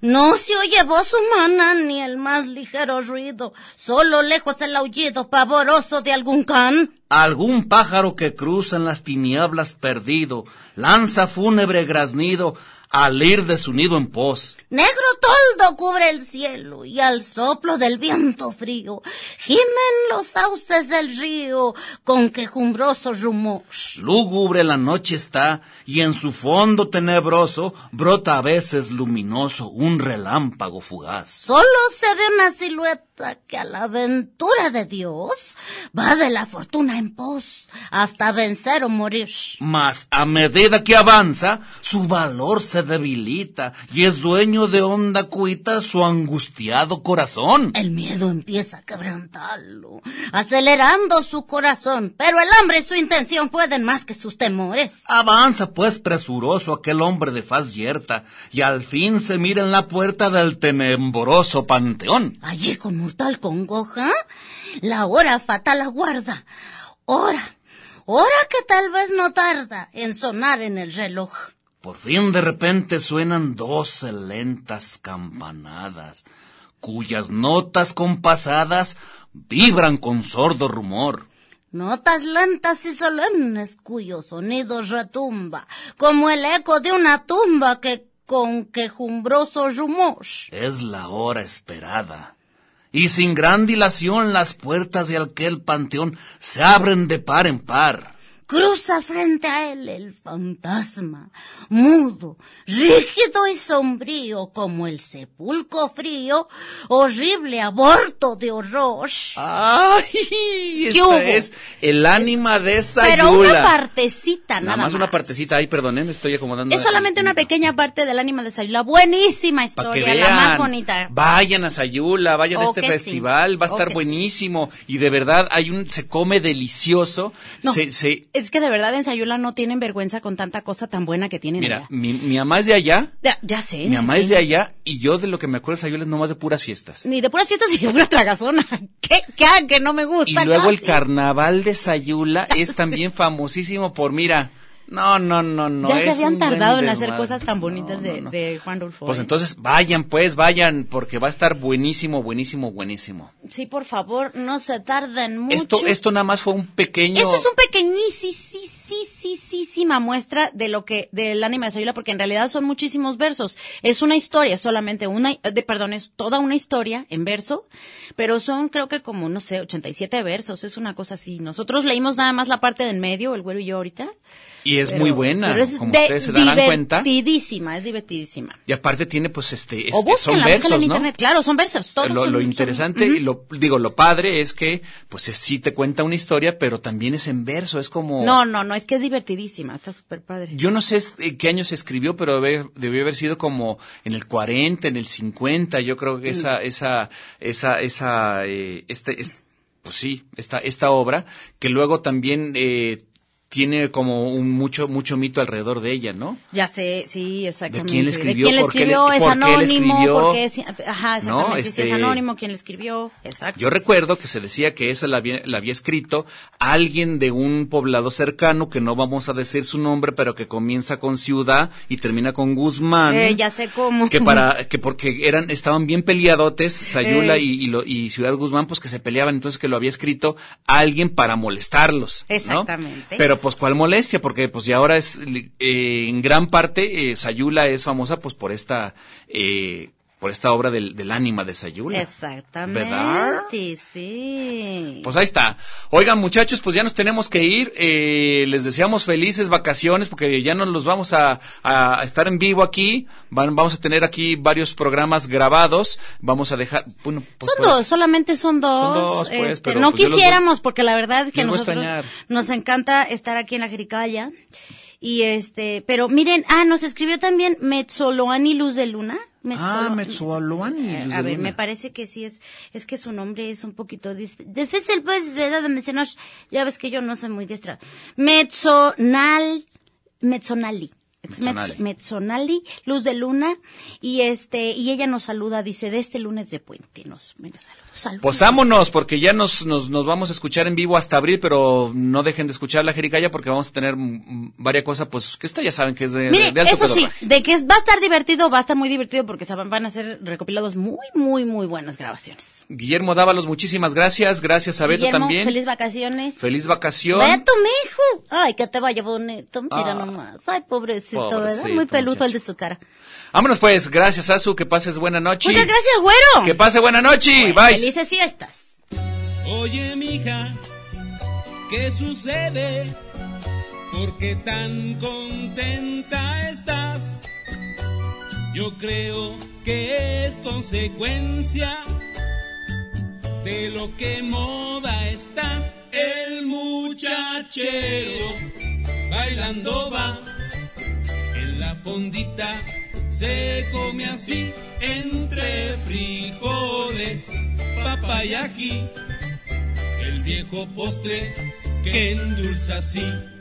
No se oye voz humana ni el más ligero ruido, solo lejos el aullido pavoroso de algún can. Algún pájaro que cruza en las tinieblas perdido, lanza fúnebre graznido al ir de su nido en pos. Negro toldo cubre el cielo y al soplo del viento frío gimen los sauces del río con quejumbroso rumor. Lúgubre la noche está y en su fondo tenebroso brota a veces luminoso un relámpago fugaz. Solo se ve una silueta que a la aventura de Dios va de la fortuna en pos hasta vencer o morir. Mas a medida que avanza, su valor se debilita y es dueño de onda cuita su angustiado corazón. El miedo empieza a quebrantarlo, acelerando su corazón, pero el hambre y su intención pueden más que sus temores. Avanza pues presuroso aquel hombre de faz yerta y al fin se mira en la puerta del tenebroso panteón. Allí con mortal congoja, la hora fatal aguarda. Hora, hora que tal vez no tarda en sonar en el reloj. Por fin de repente suenan doce lentas campanadas, cuyas notas compasadas vibran con sordo rumor. Notas lentas y solemnes cuyo sonido retumba, como el eco de una tumba que con quejumbroso rumor. Es la hora esperada. Y sin gran dilación las puertas de aquel panteón se abren de par en par cruza frente a él el fantasma, mudo, rígido y sombrío como el sepulcro frío, horrible aborto de horror. Ah, ¡Ay! Esta es el ánima de esa Pero una partecita, Nada nada, más una partecita. Ay, perdón, ¿eh? me estoy acomodando. Es solamente una pequeña parte del ánima de Sayula. Buenísima Para que historia, vean, la más bonita. vayan a Sayula, vayan a Oh, este que sí. festival, va a Oh, estar que sí. buenísimo y de verdad hay un se come delicioso, No. se, se Es que de verdad en Sayula no tienen vergüenza con tanta cosa tan buena que tienen Mira, allá. mi, mi mamá es de allá, Ya, ya sé. mi mamá sí. es de allá, y yo de lo que me acuerdo de Sayula es nomás de puras fiestas. Ni de puras fiestas y de pura tragazona. (laughs) ¿Qué? ¿Qué? Que no me gusta. Y luego el casi. carnaval de (laughs) Sayula es también famosísimo por, mira, no, no, no, no. ya se es habían un buen tardado en hacer desmadre. cosas tan bonitas de, no. de Juan Rulfo. Pues ¿eh? entonces vayan, pues vayan, porque va a estar buenísimo, buenísimo, buenísimo. Sí, por favor, no se tarden mucho. Esto, esto nada más fue un pequeño. Esto es un pequeñísima muestra de lo que, del ánima de Sayula, porque en realidad son muchísimos versos. Es una historia, solamente una, eh, de, perdón, es toda una historia en verso, pero son creo que como, no sé, 87 versos, es una cosa así. Nosotros leímos nada más la parte del medio, el güero y yo ahorita. y es pero- muy buena, pero es como de- ustedes se darán cuenta. Divertidísima, es divertidísima. Y aparte tiene, pues, este, o este, son búsquenla, búsquenla versos, en ¿no? internet, claro, son versos, todos lo, son- lo son- interesante Ujú. y lo digo lo padre es que pues sí te cuenta una historia pero también es en verso es como No, no, no, es que es divertidísima, está súper padre. yo no sé eh, qué año se escribió pero debe- debió haber sido como en el 40 en el 50 yo creo que Mm. esa esa esa esa eh, este, es- pues sí esta esta obra que luego también eh, tiene como un mucho mucho mito alrededor de ella no Ya sé, sí, exactamente. quién le escribió? quién le ¿Por qué le- escribió? es por qué le anónimo, escribió? porque es, ajá, exactamente, No, sí, es este- anónimo, quién le escribió, exacto. Yo recuerdo que se decía que esa la había, la había escrito alguien de un poblado cercano, que no vamos a decir su nombre, pero que comienza con Ciudad y termina con Guzmán. Eh, ya sé cómo. Que para, que porque eran, estaban bien peleadotes, Sayula Eh. y, y lo- y Ciudad Guzmán, pues que se peleaban, entonces que lo había escrito alguien para molestarlos. ¿no? Exactamente. Pero pues cuál molestia, porque pues ya ahora es, li- eh, en gran parte, eh, Sayula es famosa pues por esta, eh, por esta obra del, del ánima de Sayula. (laughs) Exactamente, ¿Verdad? sí. Pues ahí está. Oigan, muchachos, pues ya nos tenemos que ir. Eh, les deseamos felices vacaciones porque ya nos los vamos a, a estar en vivo aquí. Van- vamos a tener aquí varios programas grabados. Vamos a dejar. Bueno, pues, son pues, dos, solamente son dos. Son dos, pues, este, pero no pues yo los quisiéramos, porque la verdad es que los voy a nosotros extrañar. nos encanta estar aquí en la Jericaya. Y este, pero miren, ah, nos escribió también Metzoloani Luz de Luna. Ah, Metzolo- Eh, Metzualoani. Luz a de ver, me Luna. parece que sí es, es que su nombre es un poquito dis- difícil, pues, ¿verdad? De mencionar, ya ves que yo no soy muy diestra. Metzonal, Metzonali. Metzonali. Metzonali, Luz de Luna, y este, y ella nos saluda, dice, de este lunes de puente, nos manda saludos. saludos. Pues, Posámonos, porque ya nos, nos, nos vamos a escuchar en vivo hasta abril, pero no dejen de escuchar la Jericaya porque vamos a tener mm, varias cosas, pues, que esta ya saben que es de, Mire, de alto eso sí, pedorraje. de que es- va a estar divertido, va a estar muy divertido porque se van- van a ser recopilados muy, muy, muy buenas grabaciones. Guillermo Dávalos, muchísimas gracias. Gracias a Beto Guillermo, también. Feliz, feliz vacaciones. vacación. Beto, mijo. Ay, que te vaya bonito. Mira Ah. nomás. Ay, pobrecito, ¿verdad? Pobrecito, Muy peludo el de su cara. Vámonos pues, gracias Azu, que pases buena noche. Muchas gracias, güero. Que pase buena noche. Bye. Felices fiestas. Oye, mija, ¿qué sucede? ¿Por qué tan contenta estás? Yo creo que es consecuencia de lo que moda está. El muchachero bailando va en la fondita. Se come así entre frijoles, papayají el viejo postre que endulza así.